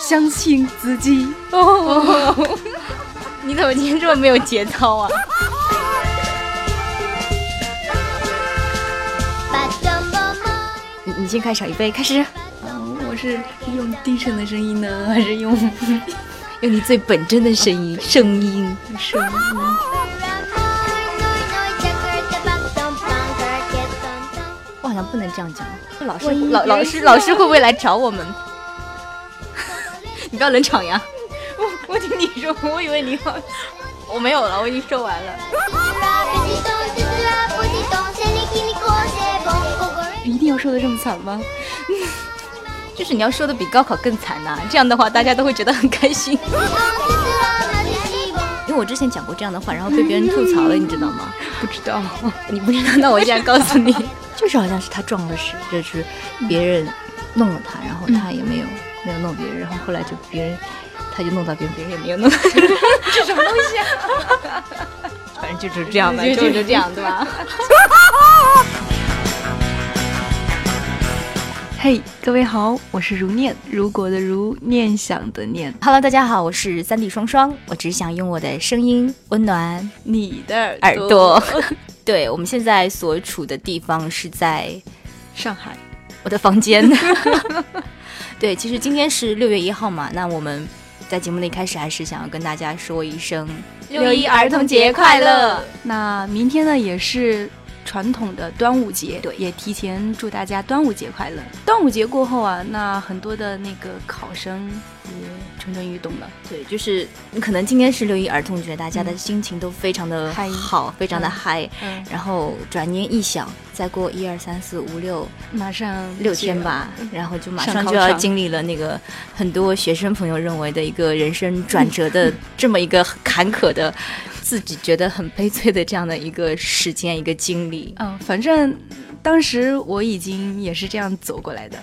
相亲司机。哦，你怎么今天这么没有节操啊？你你先开小一杯，开始。嗯，我是用低沉的声音呢，还是用用你最本真的声音，声音。声音？我好像不能这样讲。老师我以为老老师是老师会不会来找我们？ 你不要冷场呀！我我听你说，我以为你要，我没有了，我已经说完了。一定要说的这么惨吗？ 就是你要说的比高考更惨呐、这样的话大家都会觉得很开心。因为我之前讲过这样的话，然后被别人吐槽了，你知道吗？不知道。 你不知道，那我现在告诉你， 就是好像是他撞了谁，这是别人弄了他，然后他也没有、没有弄别人，然后后来就别人他就弄到别人，别人也没有弄， 这什么东西啊？ 反正就是这样吧，就就是这样，对吧？嘿、各位好，我是如念，如果的如，念想的念， Hello，大家好，我是三 D 双双，我只想用我的声音温暖你的耳朵。对我们现在所处的地方是在 上海，我的房间。 对，其实今天是六月一号嘛，那我们在节目的一开始还是想要跟大家说一声 六一儿童节快乐！那明天呢也是传统的端午节，对，也提前祝大家端午节快乐。端午节过后啊，那很多的那个考生也蠢蠢欲动了，对，就是嗯可能今天是六一儿童节，大家的心情都非常的嗨好，非常的嗯嗨。嗯，然后转念一想，再过一二三四五六马上六天吧，然后就马上上就考要场经历了那个很多学生朋友认为的一个人生转折的这么一个很坎坷的，自己觉得很悲催的这样的一个时间一个经历。嗯，反正当时我已经也是这样走过来的。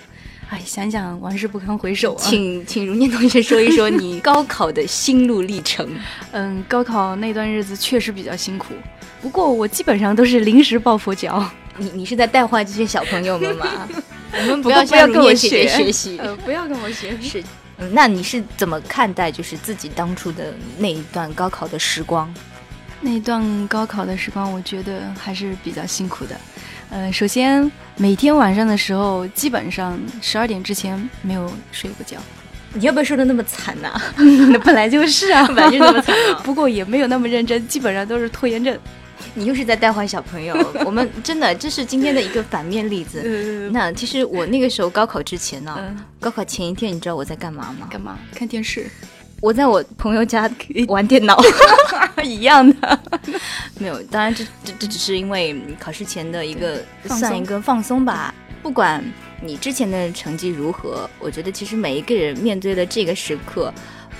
哎，想想往事不堪回首啊！请请如念同学说一说你高考的心路历程。嗯，高考那段日子确实比较辛苦，不过我基本上都是临时抱佛脚，你你是在带坏这些小朋友们 吗？我们不不要过不向要如跟我念姐姐学学习。 呃，不要跟我学。是，嗯，那你是怎么看待就是自己当初的那一段高考的时光？那段高考的时光，我觉得还是比较辛苦的。呃，首先每天晚上的时候，基本上十二点之前没有睡过觉，你要不要说的那么惨呐、本来就是啊， 本来就那么惨、啊。不过也没有那么认真，基本上都是拖延症。 你又是在带坏小朋友。 我们真的，这是今天的一个反面例子。呃，那其实我那个时候高考之前呢、嗯高考前一天，你知道我在干嘛吗？干嘛？看电视？我在我朋友家玩电脑， 一样的。 没有，当然这这这只是因为考试前的一个放松算一个放松吧。不管你之前的成绩如何，我觉得其实每一个人面对的这个时刻，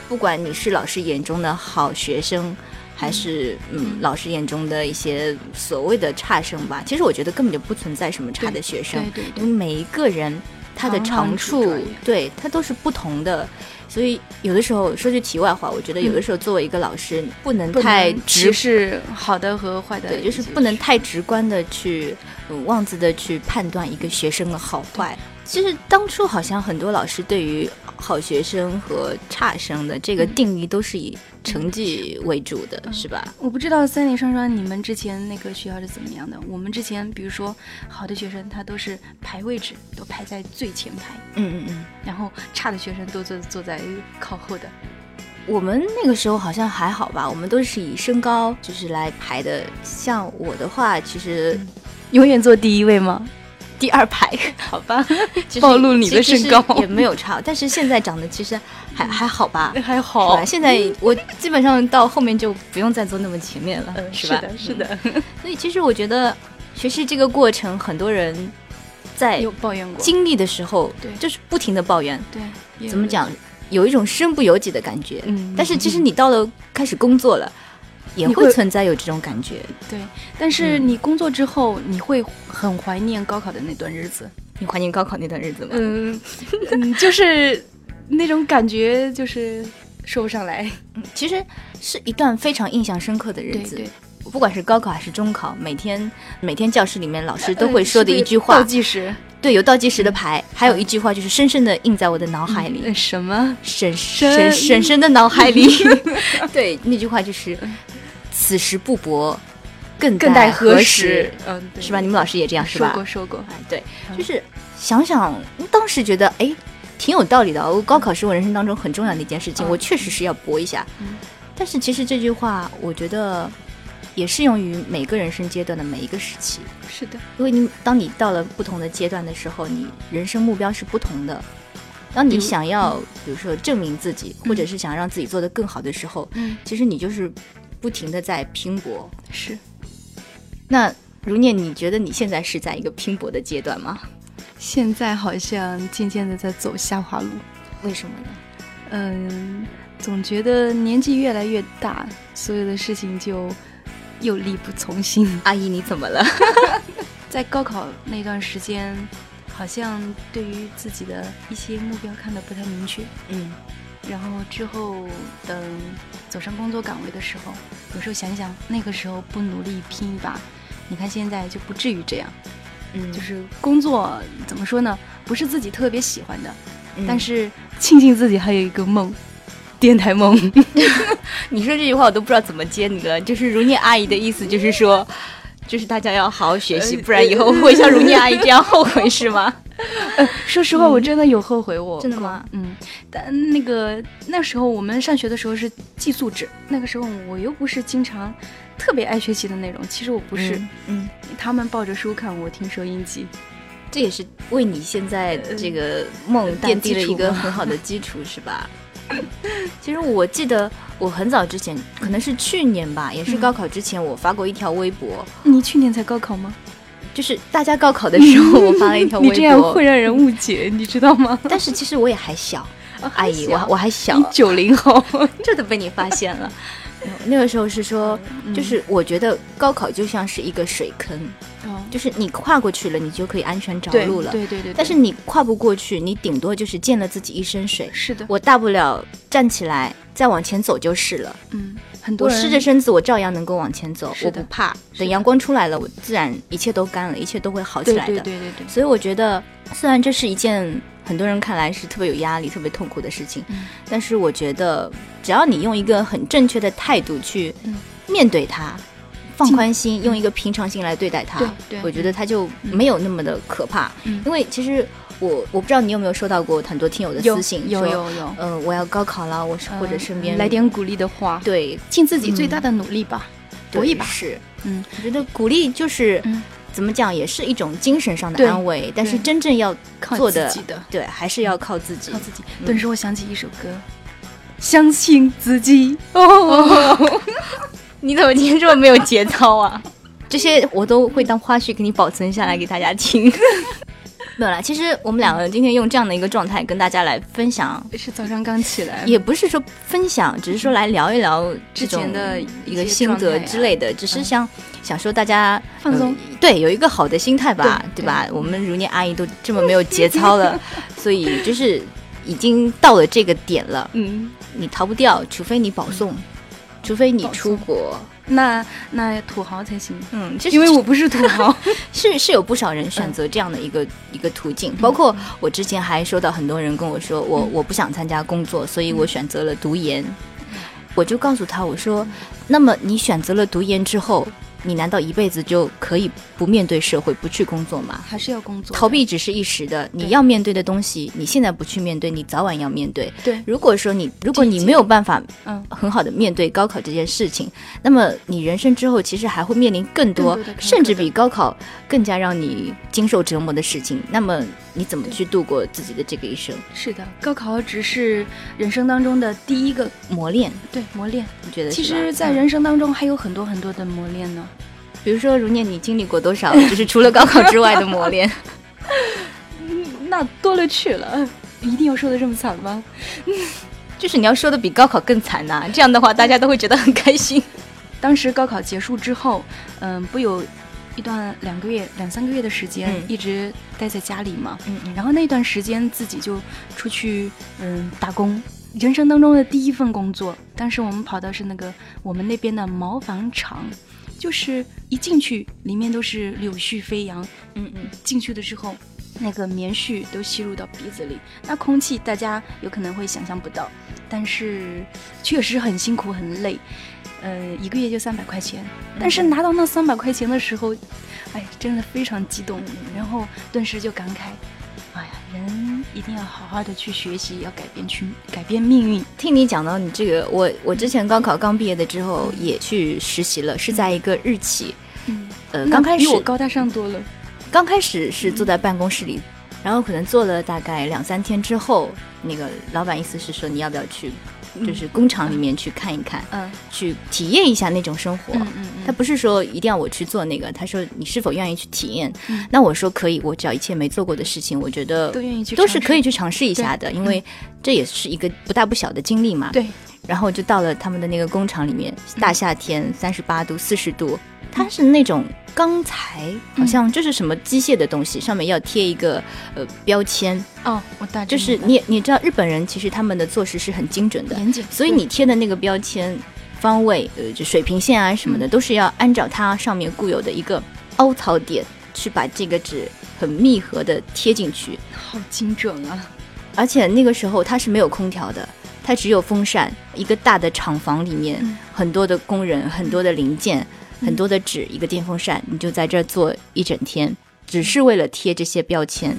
不管你是老师眼中的好学生。还是嗯，老师眼中的一些所谓的差生吧。其实我觉得根本就不存在什么差的学生对，对因对为，每一个人他的行长行处出状元，对他都是不同的，所以有的时候说句题外话，我觉得有的嗯时候作为一个老师，你不能不太能直歧，视好的和坏的，对，就是不能太直观的去呃妄自的去判断一个学生的好坏。其实当初好像很多老师对于好学生和差生的这个嗯定义都是以成绩为主的，是吧？我不知道三林双双你们之前那个学校是怎么样的？我们之前比如说好的学生他都是排位置都排在最前排，嗯嗯嗯。然后差的学生都坐坐在靠后的。我们那个时候好像还好吧，我们都是以身高就是来排的。像我的话，其实永远坐第一位 吗？第二排， 好 吧，其实暴露你的身高其实也没有差，但是现在长得其实还还好吧。还 是好吧？现在我基本上到后面就不用再坐那么前面了，是吧？的，是嗯的，所以其实我觉得学习这个过程，很多人在嗯有抱怨过。经历的时候，对就是不停的抱怨，对，怎么？讲，有一种身不由己的感觉。嗯，但是其实你到了开始工作了，也你会会存在有这种感觉，对，但是嗯你工作之后，你会很怀念高考的那段日子。你怀念高考那段日子吗？嗯， 嗯，就是那种感觉，就是说不上来。其实是一段非常印象深刻的日对子。对，不管是高考还是中考，每天每天教室里面老师呃都会说的一是句不是话，倒计时，嗯对，有倒计时的牌，还有一句话就是深深的印在我的脑海里，呃什么？ 深深深深深的脑 海里。对，那句话就是“此时不搏，更嗯更待待何时”，嗯，对是吧？你们老师也这样是说吧？过说过，哎，对，嗯就是想想当时觉得哎，挺有道理的哦。高考是我人生当中很重要的一件事情，嗯我确实是要搏一下。嗯但是其实这句话，我觉得也适用于每个人生阶段的每一个时期，是的，因为你当你到了不同的阶段的时候，你人生目标是不同的。当比你如想要，比如说证明自己，或者是想让自己做得更好的时候，嗯，其实你就是不停的在拼搏。是。那如念，你觉得你现在是在一个拼搏的阶段吗？现在好像渐渐的在走下滑路，为什么呢？嗯，总觉得年纪越来越大，所有的事情就又力不从心。阿姨，你怎么了？在高考那段时间，好像对于自己的一些目标看得不太明确，嗯然后之后等走上工作岗位的时候，有时候想想那个时候不努力拼一把，你看现在就不至于这样。嗯，，就是是工作怎么说呢，不是自己特别喜欢的，但但是是庆幸自己还有一个嗯梦， 电台梦。你说这句话我都不知道怎么接你了。就是如念阿姨的意思，就是说，就是大家要好好学呃习，不然以后会像如念阿姨这样后悔，是吗？说实话，我 真的有后悔我。真的吗？嗯，但那个那时候我们上学的时候是寄宿制，那个时候我又不是经常特别爱学习的那种。其实我不是，，嗯，他们抱着书看，我听收音机。这也是为你现在这个梦打奠定了基础一个吗很好的基础，是吧？其实我记得我很早之前，可能是去年吧，也是嗯高考之前，我发过一条微博，你去年才高考吗？就是大家高考的时 候，我发了一条微你博。这样会让人误解，你知道吗？但是其实我也还小， 阿姨，小哎我我还小，你九零后， 这都被你发现 了。嗯那个时候是说，就是我觉得高考就像是一个水坑，嗯就是你跨过去了，你哦就可以安全着 对陆了。对对对。但是对你跨不过去，你顶多就是溅了自己一身水。是的，我大不了站起来，再往前走就是了。嗯，很多我人湿着身子，我照样能够往前走，是我的不怕。是的等阳光出来了，我自然一切都干了，一切都会好起对来的。对对对对，所以我觉得，虽然这是一件很多人看来是特别有压力、特别痛苦的事情，嗯但是我觉得，只要你用一个很正确的态度去嗯面对它，放进宽心，用一个平常心来对待它对，对我觉得它就没有那么的可怕。嗯因为其实我我不知道你有没有收到过很多听友的私信，有说，有有，嗯、我要高考了，我是或者嗯身边、来点鼓励的话，对嗯尽自己最大的努力吧，搏对一把。是，嗯，我觉得鼓励就是。嗯怎么讲也是一种精神上对的安慰，但是对真正要靠做自的己的，对，还是要靠自己靠。自己。嗯顿时我想起一首歌，相信自己。哦，你怎么今天这么没有节操啊？这些我都会当花絮给你保存下来给大家 听。没有啦，其实我们两个今天用这样的一个状态跟大家来分享，是早上刚起来，也不是说分享，只是说来聊一聊之这种前的一一个些心得状态啊之类的，只是想想说大家放松呃对，有一个好的心态吧，对对吧？我们如念阿姨都这么没有节 操了，所以就是已经到了这个点了，嗯，你逃不掉，除非你保送，除非你保出送国。那那土豪才行，嗯，这是因为我不是土 豪。是是有不少嗯人选择这样的一个、一个途径，包括我之前还收到很多人跟我说，嗯我我不想参加工作，所以我选择了读研。嗯我就告诉他，我说，那么你选择了读研之后，你难道一辈子就可以不面对社会，不去工作吗？还是要工作，逃避只是一时的，你对要面对的东西，你现在不去面对，你早晚要面对。对如果说你如果这你这没有办法嗯，很好的面对高考这件事情，那么你人生之后其实还会面临更多，更多的坎坷甚至比高考更加让你经受折磨的事情。那么你怎么去度过自己的这个一生？是的，高考只是人生当中的第一个磨练，对嗯磨练。你觉得是其吧？实，在人生当中还有很多很多的磨练呢。嗯，比如说如念，你经历过多少 就是除了高考之外的磨练？ 那多了去了， 一定要说的这么惨吗？就是你要说的比高考更惨呐、这样的话大家都会觉得很 开心。当时高考结束之后，嗯、不有一段两个月、两三个月的时间、嗯一直待在家里嘛。嗯嗯然后那段时间自己就出去嗯打工，人生当中的第一份工作。当时我们跑到是那个我们那边的毛纺厂，就是一进去里面都是柳絮飞扬，嗯嗯，进去了之后那个棉絮都吸入到鼻子里。那空气大家有可能会想象不到，但是确实很辛苦很累。呃，一个月就三百块钱，嗯但是拿到那三百块钱的时候，哎，真的非常激动，然后顿时就感慨，哎呀，人一定要好好的去学习，要改变去改变命运。听你讲到你这个，我我之前高考刚毕业的之后也去实习了，是在一个日企，嗯，呃，刚开始比我高大上多了。刚开始是坐在办公室里，然后可能坐了大概两三天之后，那个老板意思是说你要不要去，就是工厂里面去看一看，嗯去体验一下那种生活。嗯嗯他不是说一定要我去做那个，他说你是否愿意去体验？嗯那我说可以，我只要一切没做过的事情，我觉得都愿意去都是可以尝去尝试一下的，因为这也是一个不大不小的经历嘛试。对，然后就到了他们的那个工厂里面，大夏天三十八度、四十度，它是那种钢材，好像就是什么机械的东西，上面要贴一个呃标签，哦，我大致就是明白你也你也知道日本人其实他们的做事是很精准的，严谨，所以你贴的那个标签、方位、呃，就水平线啊什么的，都是要按照它上面固有的一个凹槽点去把这个纸很密合的贴进去。好精准啊！而且那个时候它是没有空调的，它只有风扇。一个大的厂房里面，嗯很多的工人，很多的零件，很多的纸，一个电风扇，你就在这儿坐一整天，只是为了贴这些标签。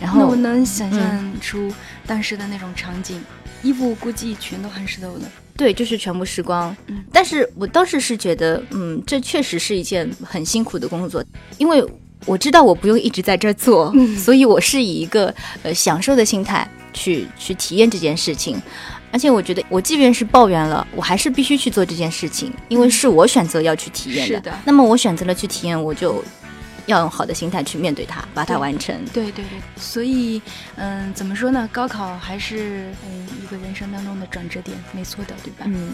然嗯那我后嗯能想象出当时的那种场景，衣服估计全都汗湿透了。对，就是全部时光。嗯但是我当时是觉得，嗯，这确实是一件很辛苦的工作，因为我知道我不用一直在这儿做，嗯所以我是以一个呃享受的心态去去体验这件事情。而且我觉得，我即便是抱怨了，我还是必须去做这件事情，因为是我选择要去体验的。嗯是的那么我选择了去体验，我就要用好的心态去面对它，把它对完成。对对对，所以，嗯，怎么说呢？高考还是嗯一个人生当中的转折点，没错的，对吧？嗯，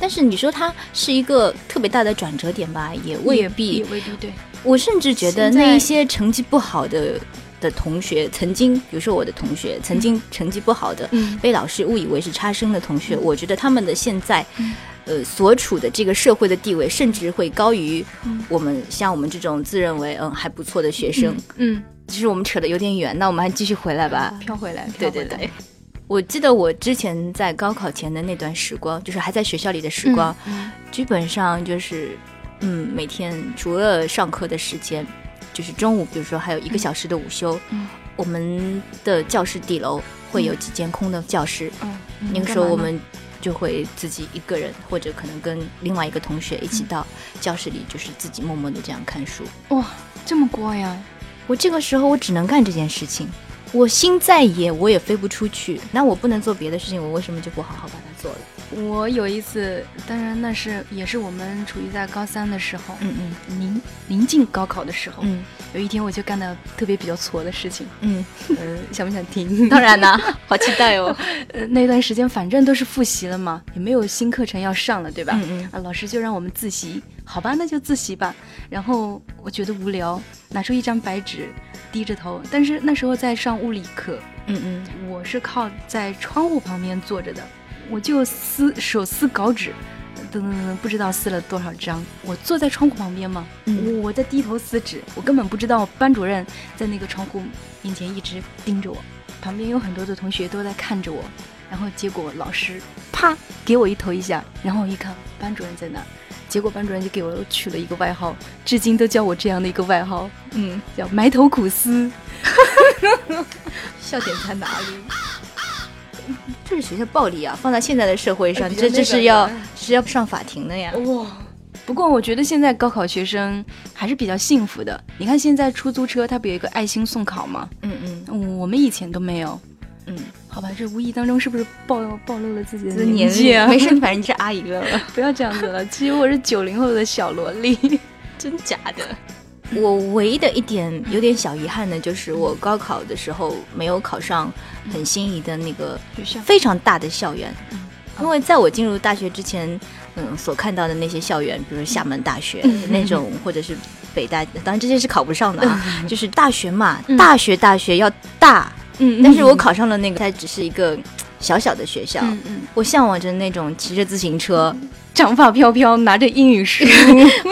但是你说它是一个特别大的转折点吧，也未必。也未必对。我甚至觉得现在那一些成绩不好的的同学，曾经，比如说我的同学，曾经成绩不好的，嗯被老师误以为是差生的同学，我觉得他们的现在嗯，呃，所处的这个社会的地位，甚至会高于嗯我们像我们这种自认为嗯还不错的学生。嗯，其实我们扯得有点远，那我们还继续回来吧。飘回来，啊对飘回对来对，。我记得我之前在高考前的那段时光，就是还在学校里的时光，嗯基本上就是，嗯，每天除了上课的时间，就是中午，比如说还有一个小时的午休，嗯我们的教室底楼会有几间空的教室，嗯，那嗯个时干候嘛我呢们就会自己一个人，或者可能跟另外一个同学一起到嗯教室里，就是自己默默的这样看书。哇这么啊过呀？我这个时候我只能干这件事情，我心再野我也飞不出去，那我不能做别的事情，我为什么就不好好把它做了？我有一次，当然那是也是我们处于在高三的时候，嗯嗯临临近高考的时候，嗯有一天我就干了特别比较挫的事情，嗯，呃，想不想 听？当然啦，好期待 哦。呃，那段时间反正都是复习了嘛，也没有新课程要上了，对吧？嗯嗯啊，老师就让我们自习，好吧，那就自习吧。然后我觉得无聊，拿出一张白纸，低着头。但是那时候在上物理课，嗯嗯。我是靠在窗户旁边坐着的，我就撕手撕稿纸，噔噔噔，不知道撕了多少张。我坐在窗户旁边嘛，嗯我我在低头撕纸，我根本不知道班主任在那个窗户面前一直盯着我，旁边有很多的同学都在看着我，然后结果老师啪给我一头一下，然后我一看班主任在那儿，结果班主任就给我取了一个外号，至今都叫我这样的一个外号，嗯叫埋头苦思。笑点在哪里？ 这是学校暴力啊！放到现在的社会上，这这是要是要上法庭的呀。哇！不过我觉得现在高考学生还是比较幸福的。你看现在出租车它不有一个爱心送考吗？嗯嗯嗯，我们以前都没有。嗯，好吧，这无意当中是不是暴暴露了自己的这年年纪纪 啊？没事，反正你是阿姨了，不要这样子了。其实我是九零后的小萝 莉。真假的？我唯一的一点有点小遗憾的就是，我高考的时候没有考上很心仪的那个学校非常大的校园嗯，因为在我进入大学之前，嗯，所看到的那些校园，比如厦门大学那种，或者是北大，当然这些是考不上的啊，就是大学嘛，大学大学要大，嗯但是我考上了那个，它只是一个小小的学校，嗯嗯，我向往着那种骑着自行车， 长发飘飘，拿着英语书，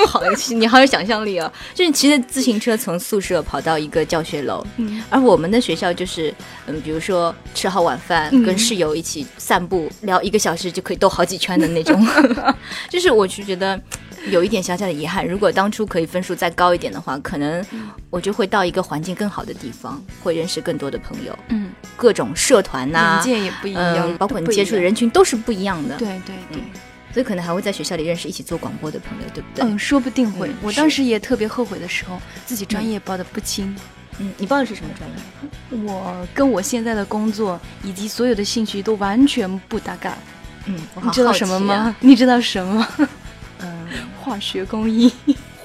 好，你好有想象力哦！就是骑着自行车从宿舍跑到一个教学楼，嗯而我们的学校就是，嗯，比如说吃好晚饭，嗯跟室友一起散步，聊一个小时就可以兜好几圈的那 种。就是我是觉得有一点小小的遗憾，如果当初可以分数再高一点的话，可能嗯我就会到一个环境更好的地方，会认识更多的朋友，嗯，各种社团呐、眼界也不一样，嗯，包括都你不一接触的样，人群都是不一样的，，对对对。所以可能还会在学校里认识一起做广播的朋友，对不对？嗯，说不定会嗯。我是当时也特别后悔的时候，自己专嗯业报的不清。嗯，你报的是什么专业？我跟我现在的工作以及所有的兴趣都完全不搭嘎。嗯，我好你知道好奇什么啊？吗？你知道什么？ 嗯，化学工艺。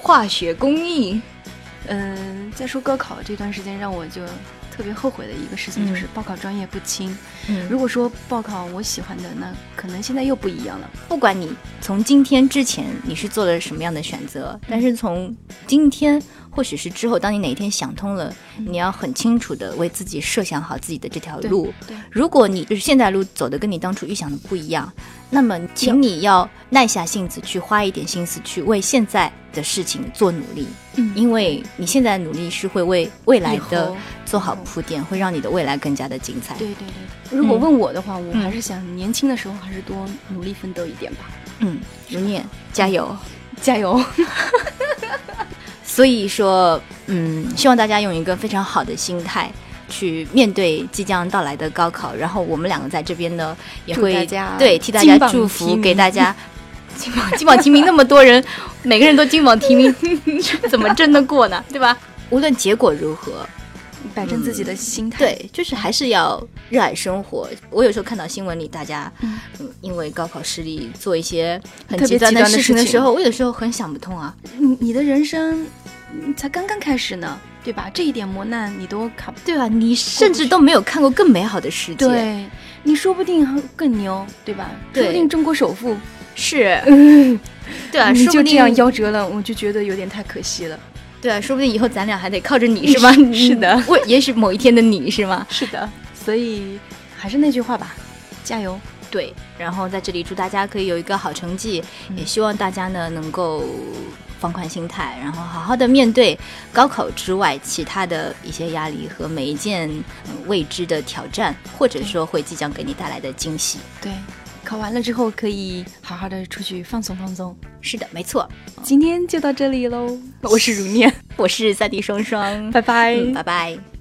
化学工艺。嗯，再说高考这段时间，让我就特别后悔的一个事情就是报考专业不清。嗯，如果说报考我喜欢的，那可能现在又不一样了。不管你从今天之前你是做了什么样的选择，但是从今天或许是之后，当你哪一天想通了，嗯你要很清楚的为自己设想好自己的这条对路。对，如果你就是现在路走的跟你当初预想的不一样，那么请你要耐下性子去花一点心思去为现在的事情做努力，嗯因为你现在的努力是会为未来的以后做好铺垫，会让你的未来更加的精彩。对对对。如果嗯问我的话，我嗯还是想年轻的时候还是多努力奋斗一点吧，嗯，如念，加油！加油！所以说，嗯，希望大家用一个非常好的心态去面对即将到来的高考。然后我们两个在这边呢，也祝大会家对替大金家榜祝题福，名给大家金榜金榜题名那么多人，每个人都金榜题 名，怎么争得过呢？对吧？无论结果如何， 摆正自己的心态。对，就是还是要热爱生活。我有时候看到新闻里大家，嗯嗯，因为高考失利做一些很特别极端的极端的事情的事情时候，我有时候很想不通啊。你你的人生嗯才刚刚开始呢，对吧？这一点磨难你都卡不对吧？你甚至都没有看过更美好的世界。，对，你说不定还更牛，对吧？对说不定中国首富， 是，对啊，你说不就这定样夭折了，我就觉得有点太可惜了。对啊，说不定以后咱俩还得靠着你 是吗？是的， 我也许某一天的你是吗？是的，所以还是那句话吧，加油！对。然后在这里祝大家可以有一个好成绩，嗯也希望大家呢能够放宽心态，然后好好的面对高考之外其他的一些压力和每一件嗯未知的挑战，或者说会即将给你带来的惊喜。对，考完了之后可以好好的出去放松放松。是的，没错。今天就到这里喽，我是如念，我是三弟双双，拜拜。嗯，拜拜。